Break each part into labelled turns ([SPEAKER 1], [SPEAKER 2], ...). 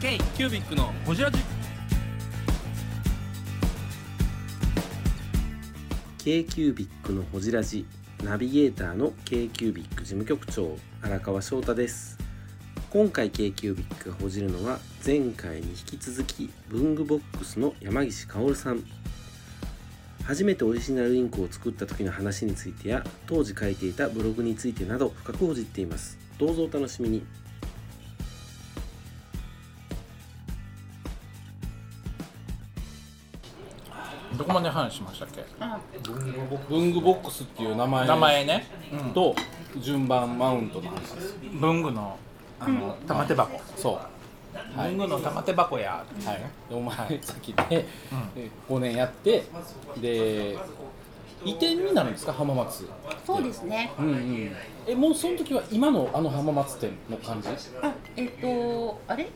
[SPEAKER 1] K キュービックのホジラジ
[SPEAKER 2] k q u b i c のほじラジナビゲーターの k q u b i c 事務局長荒川翔太です今回 k q u b i c がほじるのは前回に引き続き文具ボックスの山岸薫さん初めてオリジナルインクを作った時の話についてや当時書いていたブログについてなど深くほじっていますどうぞお楽しみに
[SPEAKER 1] どこまで話しましたっけ
[SPEAKER 3] 文具ボックスっていう名前
[SPEAKER 1] 名前ね、と
[SPEAKER 3] と順番マウントの話です
[SPEAKER 1] 文具の
[SPEAKER 3] あの、
[SPEAKER 1] 玉手箱、
[SPEAKER 3] そうはい、
[SPEAKER 1] 文具の玉手箱や
[SPEAKER 3] はい、でお前先で、五5年やってで移転になるんですか浜松
[SPEAKER 4] そうですね。
[SPEAKER 3] うんうんえもうその時は今のあの浜松店の感じ
[SPEAKER 4] あ、えっと、あれ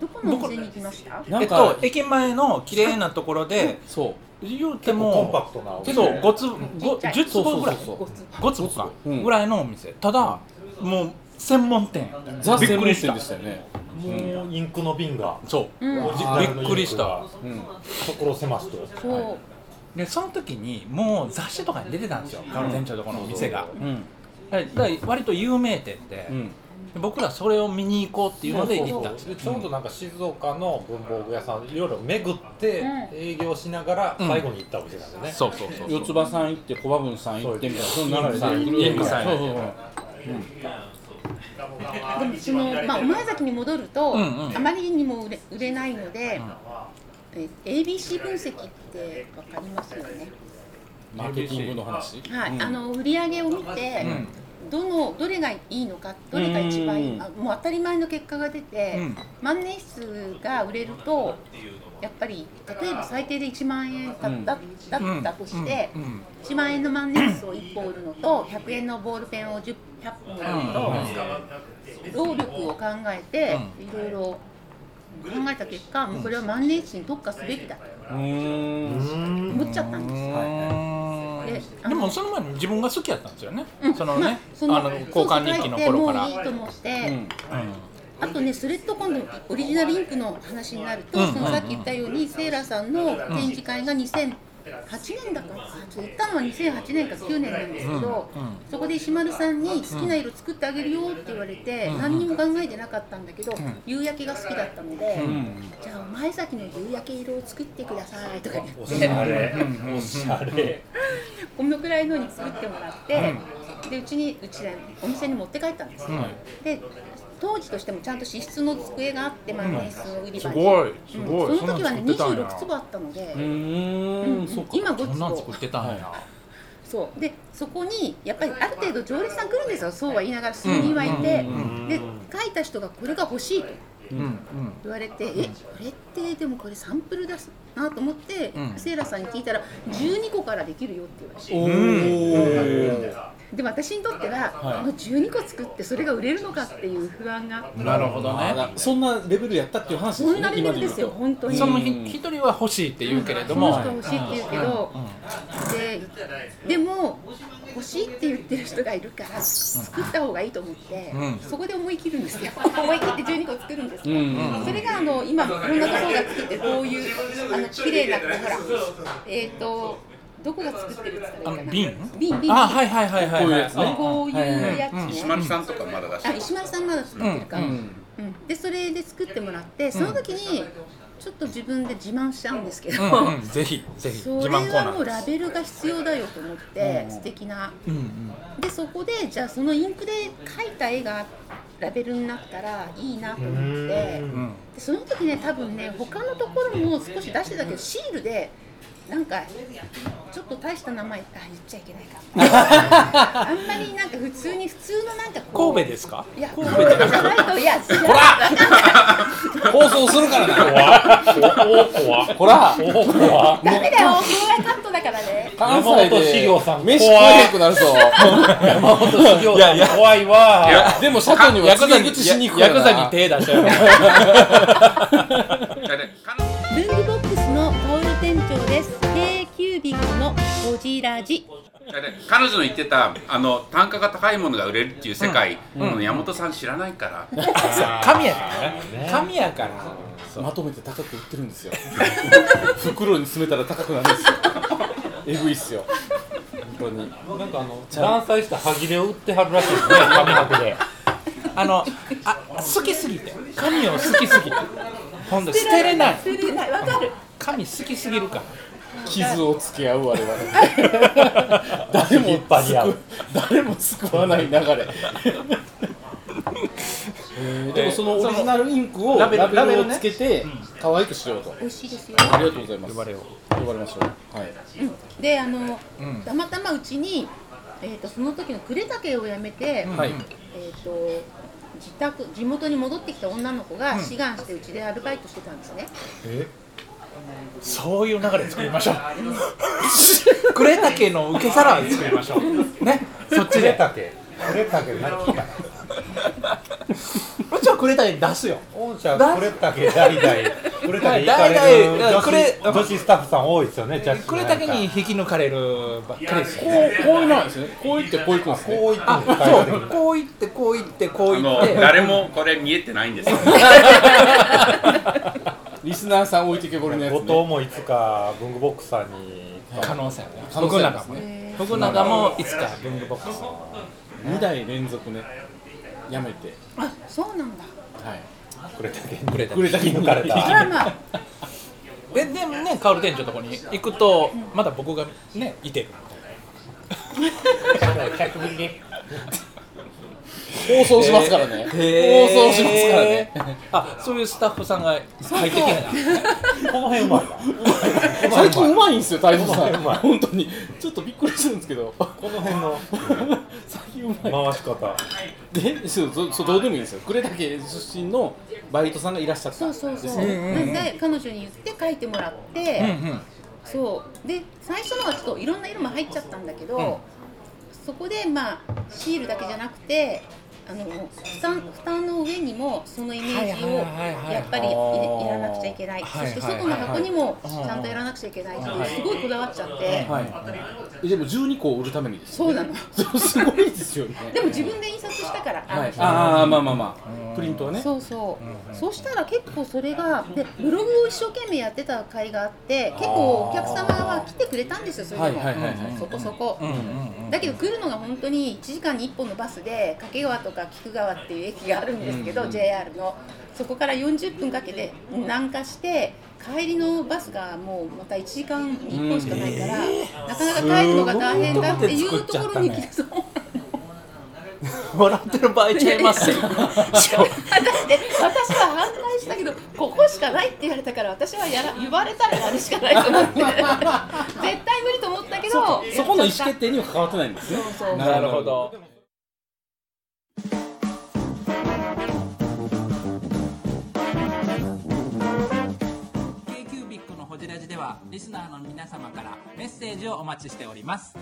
[SPEAKER 4] どこのお店に来ました
[SPEAKER 3] な
[SPEAKER 1] えっ
[SPEAKER 3] ん
[SPEAKER 1] と
[SPEAKER 3] か、
[SPEAKER 1] 駅前の綺麗なところで
[SPEAKER 3] そ
[SPEAKER 1] 言うても
[SPEAKER 5] クトなお
[SPEAKER 1] 結構5つ
[SPEAKER 4] ちっちゃい
[SPEAKER 1] 10坪
[SPEAKER 3] そう
[SPEAKER 1] ぐらい
[SPEAKER 3] そうそう
[SPEAKER 1] 5坪か
[SPEAKER 3] うん
[SPEAKER 1] ぐらいのお店ただもう専門店
[SPEAKER 3] うザ
[SPEAKER 1] びっ
[SPEAKER 3] 専
[SPEAKER 1] くり
[SPEAKER 3] 門
[SPEAKER 1] した
[SPEAKER 3] 店でしたよね
[SPEAKER 5] もうインクの瓶が
[SPEAKER 1] そう
[SPEAKER 4] うん、
[SPEAKER 5] オリジナルの
[SPEAKER 1] びっくりした
[SPEAKER 3] うん
[SPEAKER 5] 所狭しと
[SPEAKER 4] そう。
[SPEAKER 1] でその時にもう雑誌とかに出てたんですよカロ店長とこのお店が
[SPEAKER 3] うん
[SPEAKER 1] だから割と有名店で
[SPEAKER 3] うん
[SPEAKER 1] で僕らそれを見に行こうっていうので行ったん
[SPEAKER 5] そ
[SPEAKER 1] で
[SPEAKER 5] うそ
[SPEAKER 1] す
[SPEAKER 5] うでちょうどなんか静岡の文房具屋さんいろいろ巡って
[SPEAKER 4] うん
[SPEAKER 5] 営業しながら
[SPEAKER 1] うん
[SPEAKER 5] 最後に行ったお店なんでね、
[SPEAKER 1] そうそうそう
[SPEAKER 3] 四つ葉さん行って小葉文さん行ってみたいなその流れで
[SPEAKER 1] インクさん
[SPEAKER 3] そうそうそう
[SPEAKER 4] でもその、まあ、お前崎に戻ると、
[SPEAKER 1] うんうん
[SPEAKER 4] あまりにも売れ売れないので、え ABC 分析ってわかりますよね。
[SPEAKER 3] マーケティングの話
[SPEAKER 4] はい、
[SPEAKER 3] うん
[SPEAKER 4] あの売り上げを見て、
[SPEAKER 1] うん
[SPEAKER 4] どのどれがいいのかどれが一番いいあもう当たり前の結果が出て、
[SPEAKER 1] うん
[SPEAKER 4] 万年筆が売れるとやっぱり例えば最低で1万円だった,、だったとして、
[SPEAKER 1] うんうん
[SPEAKER 4] 1万円の万年筆を1本売るのと100円のボールペンを10 100本売るのと、労力を考えていろいろ考えた結果、もうこれは万年筆に特化すべきだと
[SPEAKER 3] うーん
[SPEAKER 4] 思っちゃったんですよ。
[SPEAKER 1] ででもその前に自分が好きやったんですよね、その
[SPEAKER 4] まあ
[SPEAKER 1] ね、あ、の交換日記の頃から
[SPEAKER 4] そうそう書いてもういいと思って、
[SPEAKER 3] うん
[SPEAKER 4] あとねそれと今度オリジナルインクの話になると、
[SPEAKER 1] うん
[SPEAKER 4] そのさっき言ったように、セイラさんの展示会が2008年だから行ったのは2008年か9年なんですけど、
[SPEAKER 1] うんうん
[SPEAKER 4] そこで石丸さんに好きな色作ってあげるよって言われて、何にも考えてなかったんだけど、夕焼けが好きだったので、じゃあお前先の夕焼け色を作ってくださいとか言って。
[SPEAKER 5] おしゃれおしゃれ
[SPEAKER 4] このくらいのに作ってもらって、でうちにうちでお店に持って帰ったんですよ、で当時としてもちゃんと支出の机があって万年筆の売り場に、うん
[SPEAKER 1] いす
[SPEAKER 4] その時はね26粒あったので、
[SPEAKER 3] うーんそっか
[SPEAKER 4] 今
[SPEAKER 1] そんなん
[SPEAKER 4] 5
[SPEAKER 1] 作
[SPEAKER 4] 坪
[SPEAKER 1] ってたんや、
[SPEAKER 4] そうでそこにやっぱりある程度常連さん来るんですよそうは言いながら数人はいて、で書いた人がこれが欲しいと
[SPEAKER 1] うんうん
[SPEAKER 4] 言われて、えこれってでもこれサンプル出すなと思って、
[SPEAKER 1] うん
[SPEAKER 4] セイラさんに聞いたら12個からできるよって言われて。
[SPEAKER 3] おー
[SPEAKER 4] でも私にとっては、この12個作ってそれが売れるのかっていう不安が
[SPEAKER 1] なるほどね
[SPEAKER 3] あそんなレベルやったっていう話です
[SPEAKER 4] そ
[SPEAKER 3] ね
[SPEAKER 4] んなレベルですよ
[SPEAKER 3] 今
[SPEAKER 4] 本当に
[SPEAKER 1] その
[SPEAKER 4] うん
[SPEAKER 1] 日一人は欲しいって言うけれども、
[SPEAKER 4] その人は欲しいって言うけど、ででも欲しいって言ってる人がいるから作った方がいいと思って、
[SPEAKER 1] うん
[SPEAKER 4] そこで思い切るんですよ 思い切って12個作るんですよ、
[SPEAKER 3] ん
[SPEAKER 4] それがあの今こんなところが作ってこういうあの綺麗なほらえっ、とどこが作ってるっつったらいい
[SPEAKER 1] あ
[SPEAKER 4] か
[SPEAKER 1] の
[SPEAKER 4] な
[SPEAKER 1] 瓶
[SPEAKER 4] 瓶瓶
[SPEAKER 1] あはいはいはいはい
[SPEAKER 3] こういう
[SPEAKER 1] はい
[SPEAKER 3] やつね
[SPEAKER 4] こういうやつね、
[SPEAKER 6] 石丸さんとかまだ出して
[SPEAKER 4] あ
[SPEAKER 6] る
[SPEAKER 4] 石丸さんまだ作ってるか、
[SPEAKER 1] うん
[SPEAKER 4] うんでそれで作ってもらってその時にちょっと自分で自慢しちゃうんですけど、
[SPEAKER 1] うんうん、ぜひぜひ
[SPEAKER 4] そ
[SPEAKER 1] 自
[SPEAKER 4] れ
[SPEAKER 1] 慢コー
[SPEAKER 4] は
[SPEAKER 1] ナ
[SPEAKER 4] も
[SPEAKER 1] ー
[SPEAKER 4] う
[SPEAKER 1] で
[SPEAKER 4] ラ
[SPEAKER 1] す
[SPEAKER 4] ベルが必要だよと思って、素敵な
[SPEAKER 1] うんうん
[SPEAKER 4] でそこでじゃあそのインクで描いた絵がラベルになったらいいなと思って
[SPEAKER 1] ん
[SPEAKER 4] でその時ね多分ね他のところも少し出してたけどシールでなんかちょっと大した名前あ言っちゃいけないかあんまりなんか普通に普通のなんかこう
[SPEAKER 1] 神戸ですか
[SPEAKER 4] いや神戸じゃないといや違う
[SPEAKER 3] 放送するからな
[SPEAKER 5] おお怖っ
[SPEAKER 3] ほら
[SPEAKER 4] ダメだよ、これはカットだからね。
[SPEAKER 3] 関
[SPEAKER 5] 山
[SPEAKER 3] 西
[SPEAKER 5] 本資
[SPEAKER 3] で
[SPEAKER 5] 料さん
[SPEAKER 3] 飯食えなくな るぞ
[SPEAKER 5] 山本資料さん怖いわ
[SPEAKER 3] でも社長には告げ口しに行くか
[SPEAKER 1] ヤ
[SPEAKER 3] ら
[SPEAKER 1] ク
[SPEAKER 3] な
[SPEAKER 1] ザに手出しちゃう
[SPEAKER 4] 文具ボックスのタオル店長です。K キュービックのゴジラジ。
[SPEAKER 6] 彼女の言ってたあの単価が高いものが売れるっていう世界、この山本さん知らないから、
[SPEAKER 1] 神やからね神やから
[SPEAKER 3] まとめて高く売ってるんですよ 袋に詰めたら高くなるんですよえぐいっすよ本当に
[SPEAKER 5] なんかあの断裁した歯切れを売ってはるらしいですね紙箔で
[SPEAKER 1] あのあ好きすぎて神を好きすぎて今度捨てれない
[SPEAKER 7] 捨てれないわかる
[SPEAKER 1] 神好きすぎるから
[SPEAKER 3] 傷をつけ合う我々誰も
[SPEAKER 5] 引っ張り合う
[SPEAKER 3] 救 誰も救わない流れ えーでもそのオリジナルインクを
[SPEAKER 1] そ
[SPEAKER 3] ラ
[SPEAKER 1] の
[SPEAKER 3] ベル
[SPEAKER 1] ラベル
[SPEAKER 3] を
[SPEAKER 1] ね
[SPEAKER 3] つけて可愛くしようと
[SPEAKER 7] 美味しいですよ
[SPEAKER 3] ありがとうございます呼ばれましょうはい
[SPEAKER 4] であの、
[SPEAKER 1] うん
[SPEAKER 4] たまたまうちに、えー、とその時の呉竹を辞めて、
[SPEAKER 1] うん
[SPEAKER 3] はい
[SPEAKER 4] えー、と自宅地元に戻ってきた女の子が志願してうちでアルバイトしてたんですね、
[SPEAKER 1] そういう流れ作りましょう 呉竹の受け皿を作りましょうねそっちで
[SPEAKER 5] 竹くれたけ何聞いた
[SPEAKER 1] うちは呉竹に出すよ
[SPEAKER 5] 御社くれたけ代々くれたけ行かれ
[SPEAKER 1] 代
[SPEAKER 5] る
[SPEAKER 1] 々
[SPEAKER 5] 女子
[SPEAKER 1] くれ
[SPEAKER 5] 女子スタッフさん多いですよねジャッジ
[SPEAKER 1] 呉竹に引き抜かれるばっかりですよ
[SPEAKER 3] こうこういうのなんですねこういってこういくんですね
[SPEAKER 5] こういって
[SPEAKER 1] あ
[SPEAKER 5] る会社的
[SPEAKER 1] そ
[SPEAKER 5] に
[SPEAKER 1] うこう言ってこう言ってこ
[SPEAKER 6] あ
[SPEAKER 1] う言
[SPEAKER 6] の
[SPEAKER 1] って
[SPEAKER 6] 誰もこれ見えてないんですよ、
[SPEAKER 3] リスナーさん置いてけぼりのやつ、
[SPEAKER 5] 後
[SPEAKER 3] ね、
[SPEAKER 5] 藤もいつか文具ボックスさんに
[SPEAKER 1] 可能 性あるね
[SPEAKER 3] 可能
[SPEAKER 1] 僕
[SPEAKER 3] 性あ
[SPEAKER 1] な
[SPEAKER 3] り
[SPEAKER 1] んか
[SPEAKER 3] ます
[SPEAKER 1] もね
[SPEAKER 4] え
[SPEAKER 1] 僕なんかもいつか文具ボックスに
[SPEAKER 3] 2代連続ねやめて
[SPEAKER 4] ーあそうなんだ
[SPEAKER 3] はい
[SPEAKER 5] くれたけくれた
[SPEAKER 3] くれたけ
[SPEAKER 5] 抜かれ
[SPEAKER 4] それは
[SPEAKER 5] た
[SPEAKER 4] まあ
[SPEAKER 1] ででもね薫店長のとこに行くとまだ僕がねいてる
[SPEAKER 5] 客分で
[SPEAKER 3] 放送しますから
[SPEAKER 1] へ
[SPEAKER 3] ね、
[SPEAKER 1] ー
[SPEAKER 3] 放送しますからね
[SPEAKER 1] あそういうスタッフさんが入ってきない
[SPEAKER 5] この辺うまい
[SPEAKER 3] 最近うまいんですよ太蔵さん
[SPEAKER 5] うまい
[SPEAKER 3] 本当にちょっとびっくりするんですけど
[SPEAKER 5] この辺の
[SPEAKER 3] 最近うまい
[SPEAKER 5] 回し方
[SPEAKER 3] でそうそうそうどうでもいいんですよ呉竹出身のバイトさんがいらっしゃった
[SPEAKER 4] そうそうそう、で彼女に言って書いてもらって、そうで最初のはちょっといろんな色も入っちゃったんだけど、そこでまあシールだけじゃなくてあの蓋蓋の上にもそのイメージを
[SPEAKER 1] はいはいはいはい
[SPEAKER 4] やっぱり入れ入れらなくちゃいけない
[SPEAKER 1] はい
[SPEAKER 4] そ
[SPEAKER 1] はい
[SPEAKER 4] して
[SPEAKER 1] はい
[SPEAKER 4] 外の箱にもちゃんとやらなくちゃいけないっていうすごいこだわっちゃって、
[SPEAKER 3] はい、えでも12個売るためにです
[SPEAKER 4] そうなの
[SPEAKER 3] そうすごいですよね
[SPEAKER 4] でも自分で印刷したから、あの
[SPEAKER 3] はい、ああまあまあまあプリントはね
[SPEAKER 4] そうそう、そうしたら結構それがでブログを一生懸命やってた会があって結構お客様は来てくれたんですよそれでも、
[SPEAKER 3] はいはいはいはい
[SPEAKER 4] そこそこ、
[SPEAKER 1] うんうん
[SPEAKER 4] だけど来るのが本当に1時間に1本のバスで掛川とか菊川っていう駅があるんですけど、JR のそこから40分かけて南下して帰りのバスがもうまた1時間に1本しかないから、なかなか帰るのが大変だっていうところに来てそう
[SPEAKER 1] うん笑ってる場合ちゃいますよそう
[SPEAKER 4] 私で私は反対したけどここしかないって言われたから私はやら言われたらやるしかないと思って 絶対無理と思ったけど
[SPEAKER 3] そこの意思決定には関わってないんですね
[SPEAKER 4] そう
[SPEAKER 1] なるほど
[SPEAKER 8] 京急ビックのホジラジではリスナーの皆様からメッセージをお待ちしております。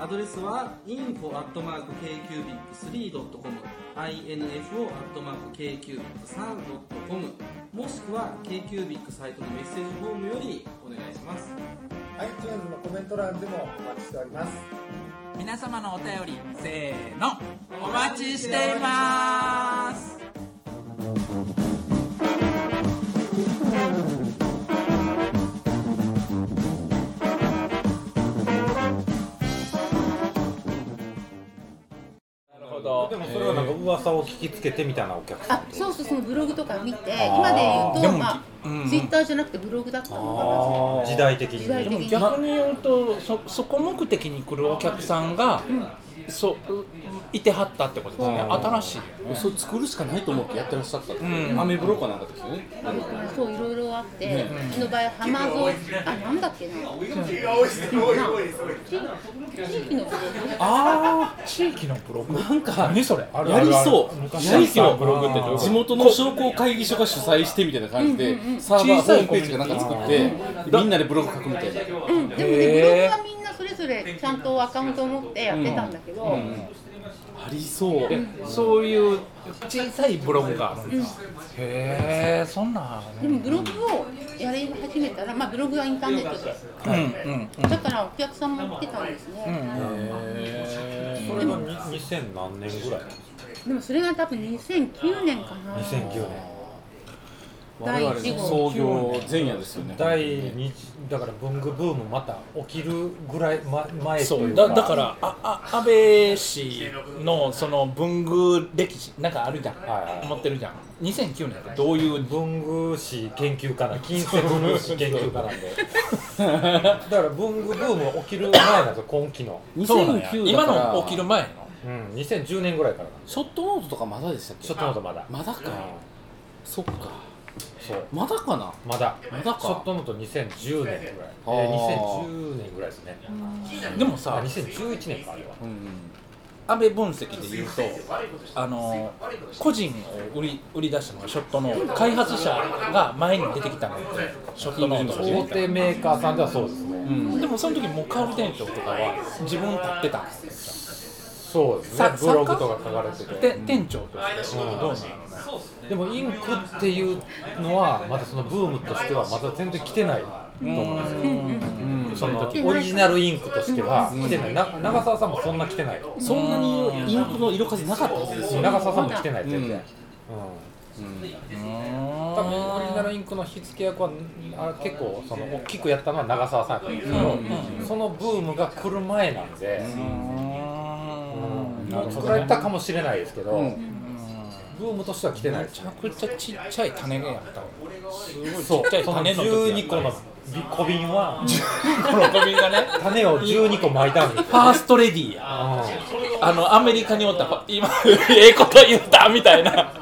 [SPEAKER 9] アドレスは info.kcubic3.com info.kcubic3.com もしくは KQBIC サイトのメッセージフォームよりお願いします
[SPEAKER 8] 皆様のお便り、せーの、お待ちしています。
[SPEAKER 1] なるほど
[SPEAKER 5] でもそれはなんか噂を聞きつけてみたいなお客さん
[SPEAKER 4] あそうそうそのブログとか見て今で言う
[SPEAKER 1] で
[SPEAKER 4] と
[SPEAKER 1] も
[SPEAKER 4] まあ、
[SPEAKER 1] うん
[SPEAKER 4] ツイッターじゃなくてブログだったの
[SPEAKER 5] 時代的
[SPEAKER 4] 時代
[SPEAKER 5] に
[SPEAKER 1] でも
[SPEAKER 4] 的に
[SPEAKER 1] 逆に言うとそそこ目的に来るお客さんが、そういてはったってことですね新しいよね
[SPEAKER 3] それ作るしかないと思ってやってらっしゃったんですよ
[SPEAKER 1] うん
[SPEAKER 3] アメブロかなんかですよね
[SPEAKER 4] かな、そういろいろあって、うちの場合ハマゾあなんだっけな地域のブロ
[SPEAKER 1] ああ地域のブログなんか
[SPEAKER 3] か
[SPEAKER 1] 何それあ
[SPEAKER 3] やりそう
[SPEAKER 5] 昔
[SPEAKER 3] やりそ
[SPEAKER 5] の
[SPEAKER 3] う
[SPEAKER 5] ブログってどういうこと
[SPEAKER 3] 地元の商工会議所が主催してみたいな感じで、サーバーホームページがなんか作ってみんなでブログ書くみたいな
[SPEAKER 4] グ、うん、でもねブログはみんなそれぞれちゃんとアカウントを持ってやってたんだけど、
[SPEAKER 3] うんうんありそう
[SPEAKER 1] でそういう小さいブログがあるんだ、へえそんなんある
[SPEAKER 4] でもブログをやり始めたら、まあ、ブログはインターネットです
[SPEAKER 1] うんうんうん
[SPEAKER 4] だからお客さんも来てたんですね、
[SPEAKER 5] それがに2000何年ぐらいなんですか
[SPEAKER 4] でもそれが多分2009年かな
[SPEAKER 5] 2009年
[SPEAKER 4] 第
[SPEAKER 3] 我々
[SPEAKER 4] 1
[SPEAKER 3] の
[SPEAKER 4] 号
[SPEAKER 3] 創業前夜ですよね
[SPEAKER 5] 第二次だから文具ブームまた起きるぐらいま前と
[SPEAKER 1] そ
[SPEAKER 5] いううか
[SPEAKER 1] だだからああ安倍氏のその文具歴史なんかあるじゃん、
[SPEAKER 5] はいはい
[SPEAKER 1] 持ってるじゃん2009年ってどういう
[SPEAKER 5] 文具史研究家なん金銭文具史研究家なんで だから文具ブーム起きる前なんですよ今期の、
[SPEAKER 1] そうなんや
[SPEAKER 3] 2009だ
[SPEAKER 1] 今
[SPEAKER 3] から
[SPEAKER 1] の起きる前の
[SPEAKER 5] うん、2010年ぐらいからなんです
[SPEAKER 3] ショットノートとかまだでしたっけ
[SPEAKER 5] ちょっとまだ
[SPEAKER 3] ま
[SPEAKER 5] まだ
[SPEAKER 3] だかそっか
[SPEAKER 5] そう
[SPEAKER 3] まだかな
[SPEAKER 5] まだ
[SPEAKER 3] まだか
[SPEAKER 5] ショットノート2010年ぐらいえ
[SPEAKER 3] あー
[SPEAKER 5] 2010年ぐらいですね
[SPEAKER 1] でも
[SPEAKER 5] あ
[SPEAKER 1] さ
[SPEAKER 5] 2011年かあれは
[SPEAKER 3] うん
[SPEAKER 1] 安倍分析で言うとあの個人を売り売り出したのがショットの開発者が前に出てきたのでショットノート
[SPEAKER 5] 大
[SPEAKER 1] を
[SPEAKER 5] 手メーカーさんではそうですね、
[SPEAKER 1] でもその時もうカウル店長とかは自分立ってたんですよ
[SPEAKER 5] そうですね
[SPEAKER 1] さ
[SPEAKER 5] ブログとか書かれてて
[SPEAKER 1] で店長としてどうなのね
[SPEAKER 5] でもインクっていうのはまだそのブームとしてはまだ全然来てないと思うんですよ
[SPEAKER 3] うん
[SPEAKER 5] そのオリジナルインクとしては来てないな長澤さんもそんな来てない
[SPEAKER 3] そんなにインクの色数なかったはずですよ
[SPEAKER 5] 長澤さんも来てないって
[SPEAKER 3] う
[SPEAKER 5] 言
[SPEAKER 3] ん
[SPEAKER 5] って、うん多分オリジナルインクの火付け役はあ結構その大きくやったのは長澤さんやったんですけど、そのブームが来る前なんで、うんもう作られたかもしれないですけど、ブームとしては来てないです
[SPEAKER 1] めちゃくちゃちっちゃい種がやったの
[SPEAKER 5] そう
[SPEAKER 1] ちっちゃい
[SPEAKER 5] その
[SPEAKER 1] 種の時
[SPEAKER 5] 12個の小瓶は
[SPEAKER 1] 喜びがね
[SPEAKER 5] 種を12個巻いたんです
[SPEAKER 1] フ
[SPEAKER 5] よ
[SPEAKER 1] ァーストレディーや
[SPEAKER 5] う
[SPEAKER 1] あのアメリカにおった今ええこと言ったみたいな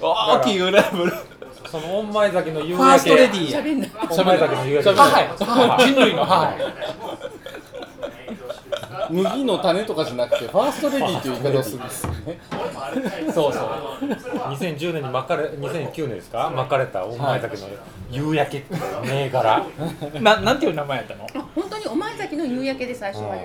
[SPEAKER 1] 大きいグラブルフ
[SPEAKER 5] んそのオンマイ酒の夕
[SPEAKER 1] ァー
[SPEAKER 5] 焼
[SPEAKER 1] ストレデ
[SPEAKER 5] け
[SPEAKER 1] ィーや
[SPEAKER 4] 喋んない
[SPEAKER 5] オンマイ酒の夕焼け
[SPEAKER 1] 母や母人類の母や
[SPEAKER 3] 麦の種とかじゃなくてファーストレディーという言い方をするんですよね
[SPEAKER 5] そうそう2010年に巻かれ2009年ですか巻かれたオンマイ酒の夕焼けっていう銘柄
[SPEAKER 1] ななんていう名前やったの
[SPEAKER 4] 本当にお前崎の夕焼けで最初は言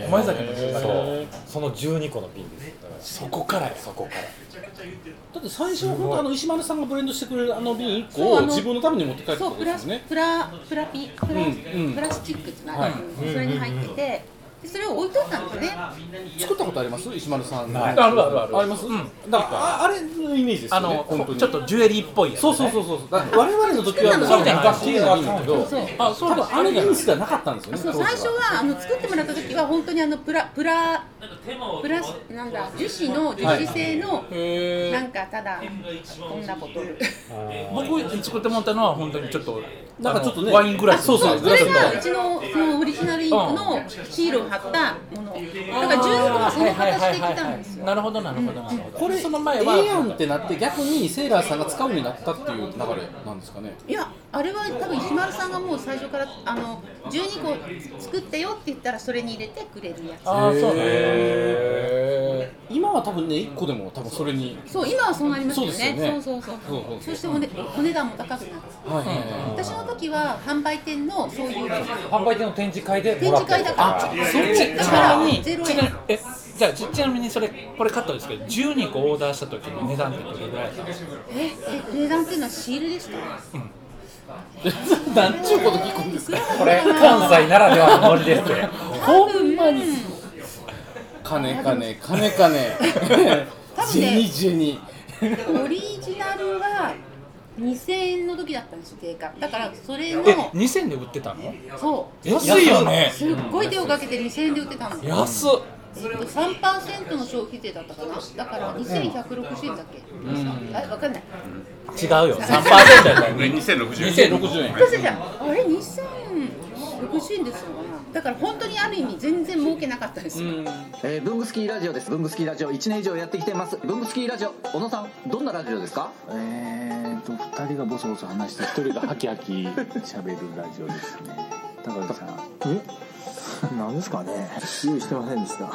[SPEAKER 4] う
[SPEAKER 1] うんお前崎の住宅
[SPEAKER 5] そうその12個の瓶です
[SPEAKER 1] そこからやそこ
[SPEAKER 3] だって最初は本当あの石丸さんがブレンドしてくれるあの瓶1個を自分のために持って帰ってた
[SPEAKER 4] そう
[SPEAKER 3] こ
[SPEAKER 4] プ
[SPEAKER 3] とで
[SPEAKER 4] ラ
[SPEAKER 3] す
[SPEAKER 4] ス
[SPEAKER 3] よね
[SPEAKER 4] プラプラピプラ、
[SPEAKER 3] うんうん
[SPEAKER 4] プラスチックってなる、それに入ってて、でそれを置いとったんですよね
[SPEAKER 3] 作ったことあります石丸さん
[SPEAKER 5] ない
[SPEAKER 1] あるあるある
[SPEAKER 3] あります
[SPEAKER 1] うん
[SPEAKER 3] だからああれのイメージです
[SPEAKER 1] あ
[SPEAKER 3] よね
[SPEAKER 1] の
[SPEAKER 3] 本当に
[SPEAKER 1] ちょっとジュエリーっぽいやつ
[SPEAKER 3] そうそうそうそうだから我々の時はもう
[SPEAKER 1] そうじゃない
[SPEAKER 3] 昔の瓶だけど
[SPEAKER 4] そう
[SPEAKER 1] あそう
[SPEAKER 3] 多
[SPEAKER 1] だ
[SPEAKER 3] 分あれ瓶しかなかったんですよね
[SPEAKER 4] そう
[SPEAKER 3] 当時
[SPEAKER 4] 最初はあの作ってもらった時は本当にあのプラプラプラスなんだ樹脂の樹脂製の、
[SPEAKER 1] へ
[SPEAKER 4] な
[SPEAKER 1] え
[SPEAKER 4] んかただこんなボトル
[SPEAKER 1] 僕作ってもらったのは本当にちょっと
[SPEAKER 3] なんかちょっとね
[SPEAKER 1] あのワイングラス
[SPEAKER 3] そうそう
[SPEAKER 4] それがうちのそのオリジナルインクのシールを貼ったものだから十分はその形で来たんですよ
[SPEAKER 1] なるほどなるほどなるほど
[SPEAKER 3] これ
[SPEAKER 1] その前
[SPEAKER 3] ええや
[SPEAKER 1] は
[SPEAKER 3] んってなって逆にセーラーさんが使うようになったっていう流れなんですかね
[SPEAKER 4] いやあれは多分石丸さんがもう最初からあの12個作ってよって言ったらそれに入れてくれるやつ
[SPEAKER 1] ああそうね
[SPEAKER 3] 今は多分ね1個でも多分それに
[SPEAKER 4] そう今はそうなりますよ
[SPEAKER 3] そうですよ
[SPEAKER 4] ね
[SPEAKER 3] ね
[SPEAKER 4] そうそう
[SPEAKER 3] そう
[SPEAKER 4] そ
[SPEAKER 3] そうう
[SPEAKER 4] そしてお,、ね、お値段も高くなる
[SPEAKER 3] はいはいはい
[SPEAKER 4] 私の時は販売店のそういう
[SPEAKER 5] 販売店の展示会で
[SPEAKER 4] 展
[SPEAKER 5] もらっ
[SPEAKER 4] 示会だ
[SPEAKER 5] た
[SPEAKER 4] から
[SPEAKER 5] あ
[SPEAKER 4] そっちからゼロ
[SPEAKER 1] ちなみに
[SPEAKER 4] 円
[SPEAKER 1] えじゃあちちなみにそれこれカットですけど12個オーダーした時の値段ってどれぐらいだったんですか
[SPEAKER 4] ええ値段っていうのはシールでした
[SPEAKER 3] なんちゅうこと聞くんです
[SPEAKER 4] これ
[SPEAKER 5] これ関西ならではのノリですね
[SPEAKER 4] 多分うん
[SPEAKER 3] 金金金金
[SPEAKER 4] 多分
[SPEAKER 3] ジェニ
[SPEAKER 4] ね
[SPEAKER 3] ジェニ
[SPEAKER 4] オリジナルは2000円の時だったんですよ定価だからそれの
[SPEAKER 1] え2000で売ってたの
[SPEAKER 4] そう
[SPEAKER 1] 安いよね
[SPEAKER 4] すっごい手をかけて2000円で売ってたの
[SPEAKER 1] 安っ
[SPEAKER 4] えっと3%の消費税だったかなだから2160円だっけ、あわかんない
[SPEAKER 1] 違うよ3%やったよ
[SPEAKER 6] これ2060円
[SPEAKER 1] 2060円
[SPEAKER 4] そうそうそうあれ2060円ですよだから本当にある意味全然儲けなかったですよ、
[SPEAKER 7] えー、ブングスキーラジオです。ブングスキーラジオ1年以上やってきてます。ブングスキーラジオ、小野さん、どんなラジオですか
[SPEAKER 10] えーと2人がボソボソ話して1人がハキハキ喋るラジオですね高橋さんえなんですかね用意してませんで した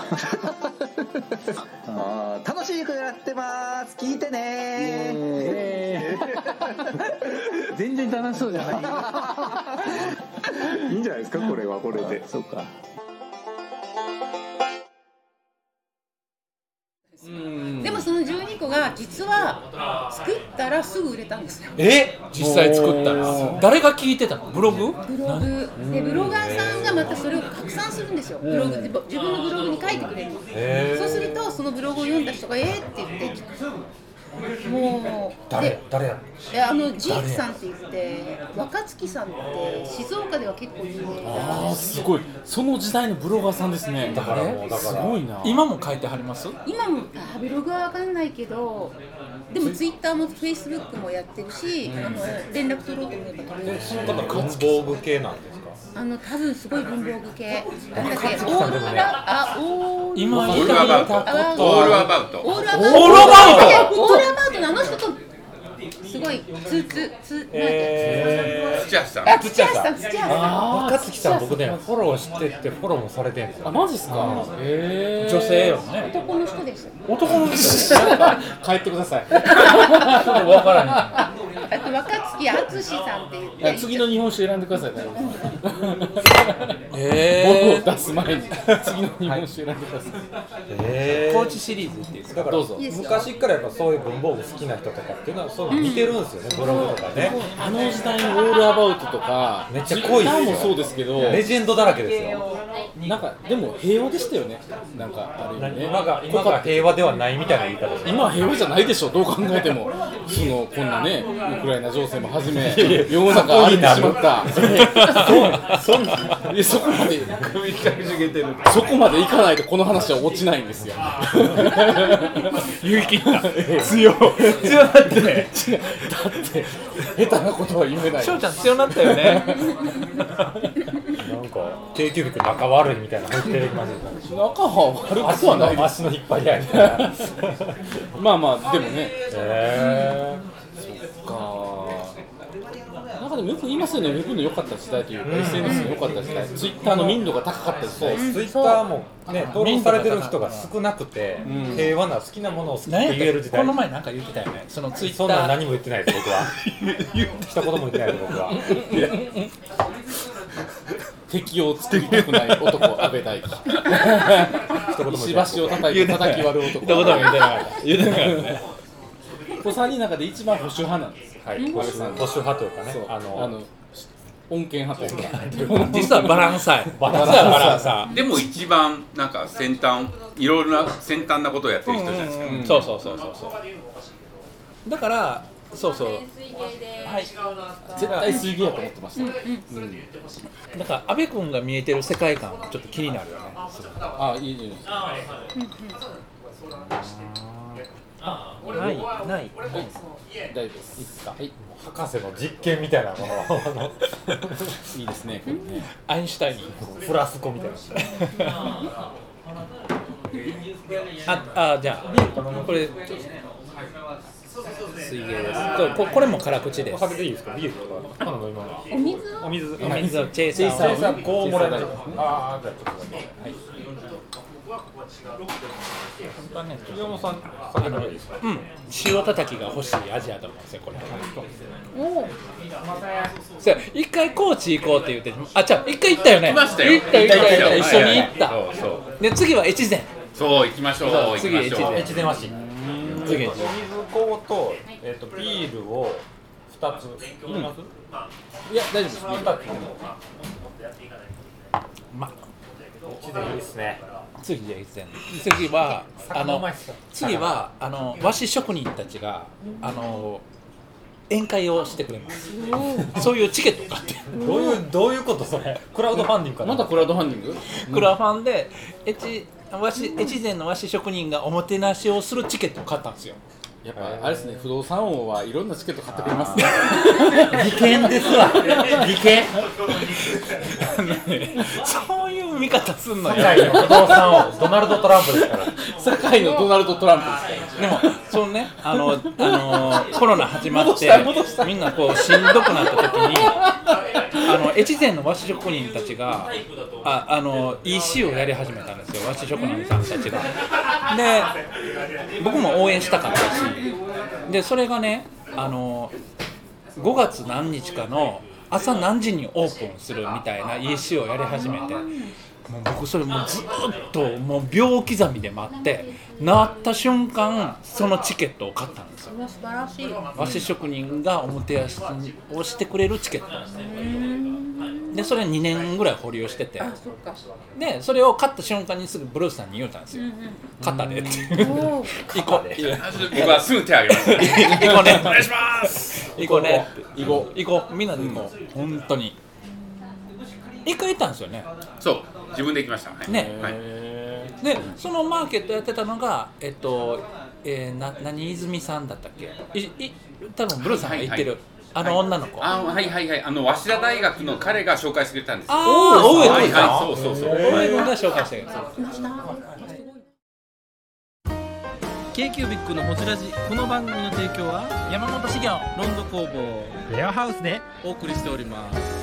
[SPEAKER 7] あー楽しくやってます。聞いてねー。
[SPEAKER 10] えー 全然楽しそうじゃないいいんじゃないですかこれはこれでそうか
[SPEAKER 4] 子が実は作ったらすぐ売れたんですよ
[SPEAKER 1] え実際作ったら誰が聞いてたのブログ
[SPEAKER 4] ブログでブロガーさんがまたそれを拡散するんですよブログ自自分のブログに書いてくれるの
[SPEAKER 1] へー
[SPEAKER 4] そうするとそのブログを読んだ人が「えー、って言ってもう
[SPEAKER 5] 誰誰や
[SPEAKER 4] いやあのジークさんって言って若月さんって静岡では結構有名
[SPEAKER 3] あ
[SPEAKER 4] な
[SPEAKER 3] あすごいその時代のブロガーさんですねだからもうだからすごいな
[SPEAKER 1] 今も書いてはります
[SPEAKER 4] 今もあブログはわかんないけどでもツイッターもフェイスブックもやってるし、あの連絡取ろうと思えば取れるし
[SPEAKER 5] その方文房具系なんですか
[SPEAKER 4] あの多分すごい文房具系なんだっけ
[SPEAKER 5] 若月
[SPEAKER 4] オ
[SPEAKER 5] さ
[SPEAKER 4] ー
[SPEAKER 5] んでも
[SPEAKER 4] ル
[SPEAKER 5] ね
[SPEAKER 4] ラあオール
[SPEAKER 1] 今
[SPEAKER 6] オールアバウトオールアバウト
[SPEAKER 4] オールアバウ
[SPEAKER 1] オールアバウ
[SPEAKER 4] トオールアバウトのあの人とすごいツーツーツーなんだっけ
[SPEAKER 6] 土屋さん
[SPEAKER 4] あ土屋さん土屋さん
[SPEAKER 5] 若月さん僕ねフォローしててフォローもされてるんですよ
[SPEAKER 3] あマジっすかえ
[SPEAKER 1] 女性よね
[SPEAKER 4] 男の人ですよ
[SPEAKER 1] 男の人
[SPEAKER 3] 帰ってください
[SPEAKER 1] 分から
[SPEAKER 4] あと若月敦さんって言っ
[SPEAKER 3] いや
[SPEAKER 4] て
[SPEAKER 3] 次の日本酒選んでくださいね
[SPEAKER 1] へん
[SPEAKER 3] 僕を
[SPEAKER 1] え
[SPEAKER 3] 出す前に次の日本酒選んでください
[SPEAKER 5] へ
[SPEAKER 1] コー
[SPEAKER 5] ー
[SPEAKER 1] チシリーズいっていいですか
[SPEAKER 5] だから
[SPEAKER 3] どうぞ
[SPEAKER 4] いいですよ
[SPEAKER 5] 昔からやっぱそういう文房具好きな人とかっていうのはそういうの似てるんですよね、ブログとかね
[SPEAKER 3] あの時代のオールアバウトとか
[SPEAKER 5] めっちゃ濃いですよ
[SPEAKER 3] ギターもそうですけど
[SPEAKER 5] レジェンドだらけですよ
[SPEAKER 3] なんかでも平和でしたよねなんかあれよね
[SPEAKER 5] 今が今が平和ではないみたいな言い方です
[SPEAKER 3] 今は平和じゃないでしょどう考えてもそのこんなねウクライナ情勢もはじめ世の中荒れてしまったそいやそこまで
[SPEAKER 6] 首かしげてる
[SPEAKER 3] そこまでいかないとこの話は落ちないんですよ。勇気が強い。強だって。だ って下手なことは言えない。
[SPEAKER 1] 翔ちゃん強なったよね
[SPEAKER 5] なんか定休日仲悪いみたいな入ってますよね
[SPEAKER 3] 仲は悪
[SPEAKER 5] 足
[SPEAKER 3] くはない
[SPEAKER 5] の
[SPEAKER 3] です。
[SPEAKER 5] 足の引っ張り合いみたいな
[SPEAKER 3] まあまあでもね。
[SPEAKER 5] へ
[SPEAKER 3] なんかでもよく言いますよね。ウェブの良かった時代というか、SNS の良かった時代、ツイッターの民度が高かった時代。
[SPEAKER 5] ーツイッターもね登録されてる人が少なくて、
[SPEAKER 3] ん
[SPEAKER 5] 平和な好きなものを好きって
[SPEAKER 1] 何
[SPEAKER 5] 言
[SPEAKER 1] や
[SPEAKER 5] える
[SPEAKER 1] っ
[SPEAKER 5] 時
[SPEAKER 1] たこ
[SPEAKER 5] 代
[SPEAKER 1] の前なんか言ってたよねそのツイ
[SPEAKER 5] そ
[SPEAKER 1] ッ
[SPEAKER 5] ん
[SPEAKER 1] タ
[SPEAKER 5] なん
[SPEAKER 1] ー
[SPEAKER 5] 何も言ってないです僕 は一言も言ってないです僕は
[SPEAKER 3] 敵を作りたくない男安倍大輝。
[SPEAKER 5] 一言も言ってない
[SPEAKER 3] 石橋を叩いて叩き割る男。
[SPEAKER 5] 一言も言ってない
[SPEAKER 3] 言うてなかったね。子さんの中で一番保守派なんですよ。
[SPEAKER 5] はい、保守保守派というかね
[SPEAKER 3] そう、
[SPEAKER 5] あ
[SPEAKER 3] あ
[SPEAKER 5] の
[SPEAKER 3] の、恩恵派というか。
[SPEAKER 1] 実はバランサイ
[SPEAKER 5] バランサー
[SPEAKER 1] 実はバランサ
[SPEAKER 6] でも一番なんか先端いろいろな先端なことをやってる人じゃないですか、
[SPEAKER 1] ーそうそうそうそうそうだからそうそう
[SPEAKER 3] 絶対水着やと思ってました。
[SPEAKER 1] だから阿部君が見えてる世界観ちょっと気になるよね
[SPEAKER 3] あ、いいいいです。
[SPEAKER 1] ないない
[SPEAKER 3] 大丈夫です。いいですか。はい。
[SPEAKER 5] 博士の実験みたいなもの
[SPEAKER 3] いいですね。これね
[SPEAKER 1] アインシュタインに
[SPEAKER 5] フラスコみたいな
[SPEAKER 1] ああじゃあこれ水芸ですそうここれも辛口です
[SPEAKER 5] 食べていいですかビールとか頼む今の
[SPEAKER 4] お水を
[SPEAKER 5] お水お
[SPEAKER 1] お水をチェイサ
[SPEAKER 5] 水
[SPEAKER 1] ーを
[SPEAKER 5] 産こうもらえないああじゃあちょっとだけ
[SPEAKER 1] 本当はね
[SPEAKER 5] 杉山さん酒飲みですか
[SPEAKER 1] うん塩叩きが欲しい味やと思うんですよこれ
[SPEAKER 4] おう
[SPEAKER 1] そうや一回高知行こうって言ってあじゃあ一回行ったよね
[SPEAKER 6] 来ましたよ
[SPEAKER 1] 行った行った行った
[SPEAKER 6] 行
[SPEAKER 1] 一
[SPEAKER 6] った
[SPEAKER 1] 緒
[SPEAKER 6] よ
[SPEAKER 1] に行った、
[SPEAKER 6] はいはいはいそう
[SPEAKER 1] で次は越前
[SPEAKER 6] そうそう行きましょう行き
[SPEAKER 1] 次
[SPEAKER 6] ま
[SPEAKER 1] 越
[SPEAKER 6] しょ
[SPEAKER 1] 前前
[SPEAKER 6] う
[SPEAKER 1] 和紙次
[SPEAKER 5] お
[SPEAKER 1] 越
[SPEAKER 5] 水こうとえっとビールを二つ飲みます
[SPEAKER 3] いや、大丈夫です。
[SPEAKER 5] 二つ
[SPEAKER 1] ま
[SPEAKER 5] 一でいいですね
[SPEAKER 1] 次じゃ越前次はあ
[SPEAKER 5] 酒う
[SPEAKER 1] の
[SPEAKER 5] まいっすよ
[SPEAKER 1] 次はあの和紙職人たちがあの宴会をしてくれますそういうチケットを買って
[SPEAKER 5] どういうどういうことそれクラウドファンディングかな
[SPEAKER 3] まだクラウドファンディング
[SPEAKER 1] クラファンで越和紙越前の和紙職人がおもてなしをするチケットを買ったんですよ
[SPEAKER 3] やっぱ、あれですね、不動産王はいろんなチケット買ってくれますね。
[SPEAKER 5] 利権ですわ利権
[SPEAKER 1] そういう見方すんのよ
[SPEAKER 5] 世界の不動産をドナルド・トランプですから
[SPEAKER 3] 堺のドナルド・トランプです
[SPEAKER 1] でもそのねあの、あのコロナ始まってみんなこうしんどくなった時にあの越前の和紙職人たちがああの EC をやり始めたんですよ和紙職人さんたちがで僕も応援したかったしでそれがねあの5月何日かの朝何時にオープンするみたいな EC をやり始めてもう僕それもうずーっともう秒刻みで待ってなった瞬間そのチケットを買ったんですよ
[SPEAKER 4] それは素晴らしい
[SPEAKER 1] 和紙職人がおもてなしをしてくれるチケットでそれ2年ぐらい保留してて
[SPEAKER 4] あそっか
[SPEAKER 1] でそれを買った瞬間にすぐブルースさんに言うたんですよ「肩で」って
[SPEAKER 4] おー
[SPEAKER 1] 「行こう」
[SPEAKER 6] 僕はすぐ手挙げます
[SPEAKER 1] 行こうね
[SPEAKER 6] お願いします
[SPEAKER 1] 行こうねって行こう行こうみんなで行こう、本当に一回行ったんですよね
[SPEAKER 6] そう自分で行きましたはい
[SPEAKER 1] ね
[SPEAKER 6] はい
[SPEAKER 1] でそのマーケットやってたのがえっと、えー、な何泉さんだったっけいい多分ブルースさんが行ってる、あの女の子、
[SPEAKER 6] あはいはいはいあの早稲田大学の彼が紹介してくれたんですよ
[SPEAKER 1] あー大江
[SPEAKER 6] はい
[SPEAKER 1] 君か
[SPEAKER 6] はいそうそうそう
[SPEAKER 1] 大江君が紹介してくれた
[SPEAKER 11] k q b i c のホジラジこの番組の提供は山本資源ロンド工房レアハウスでお送りしております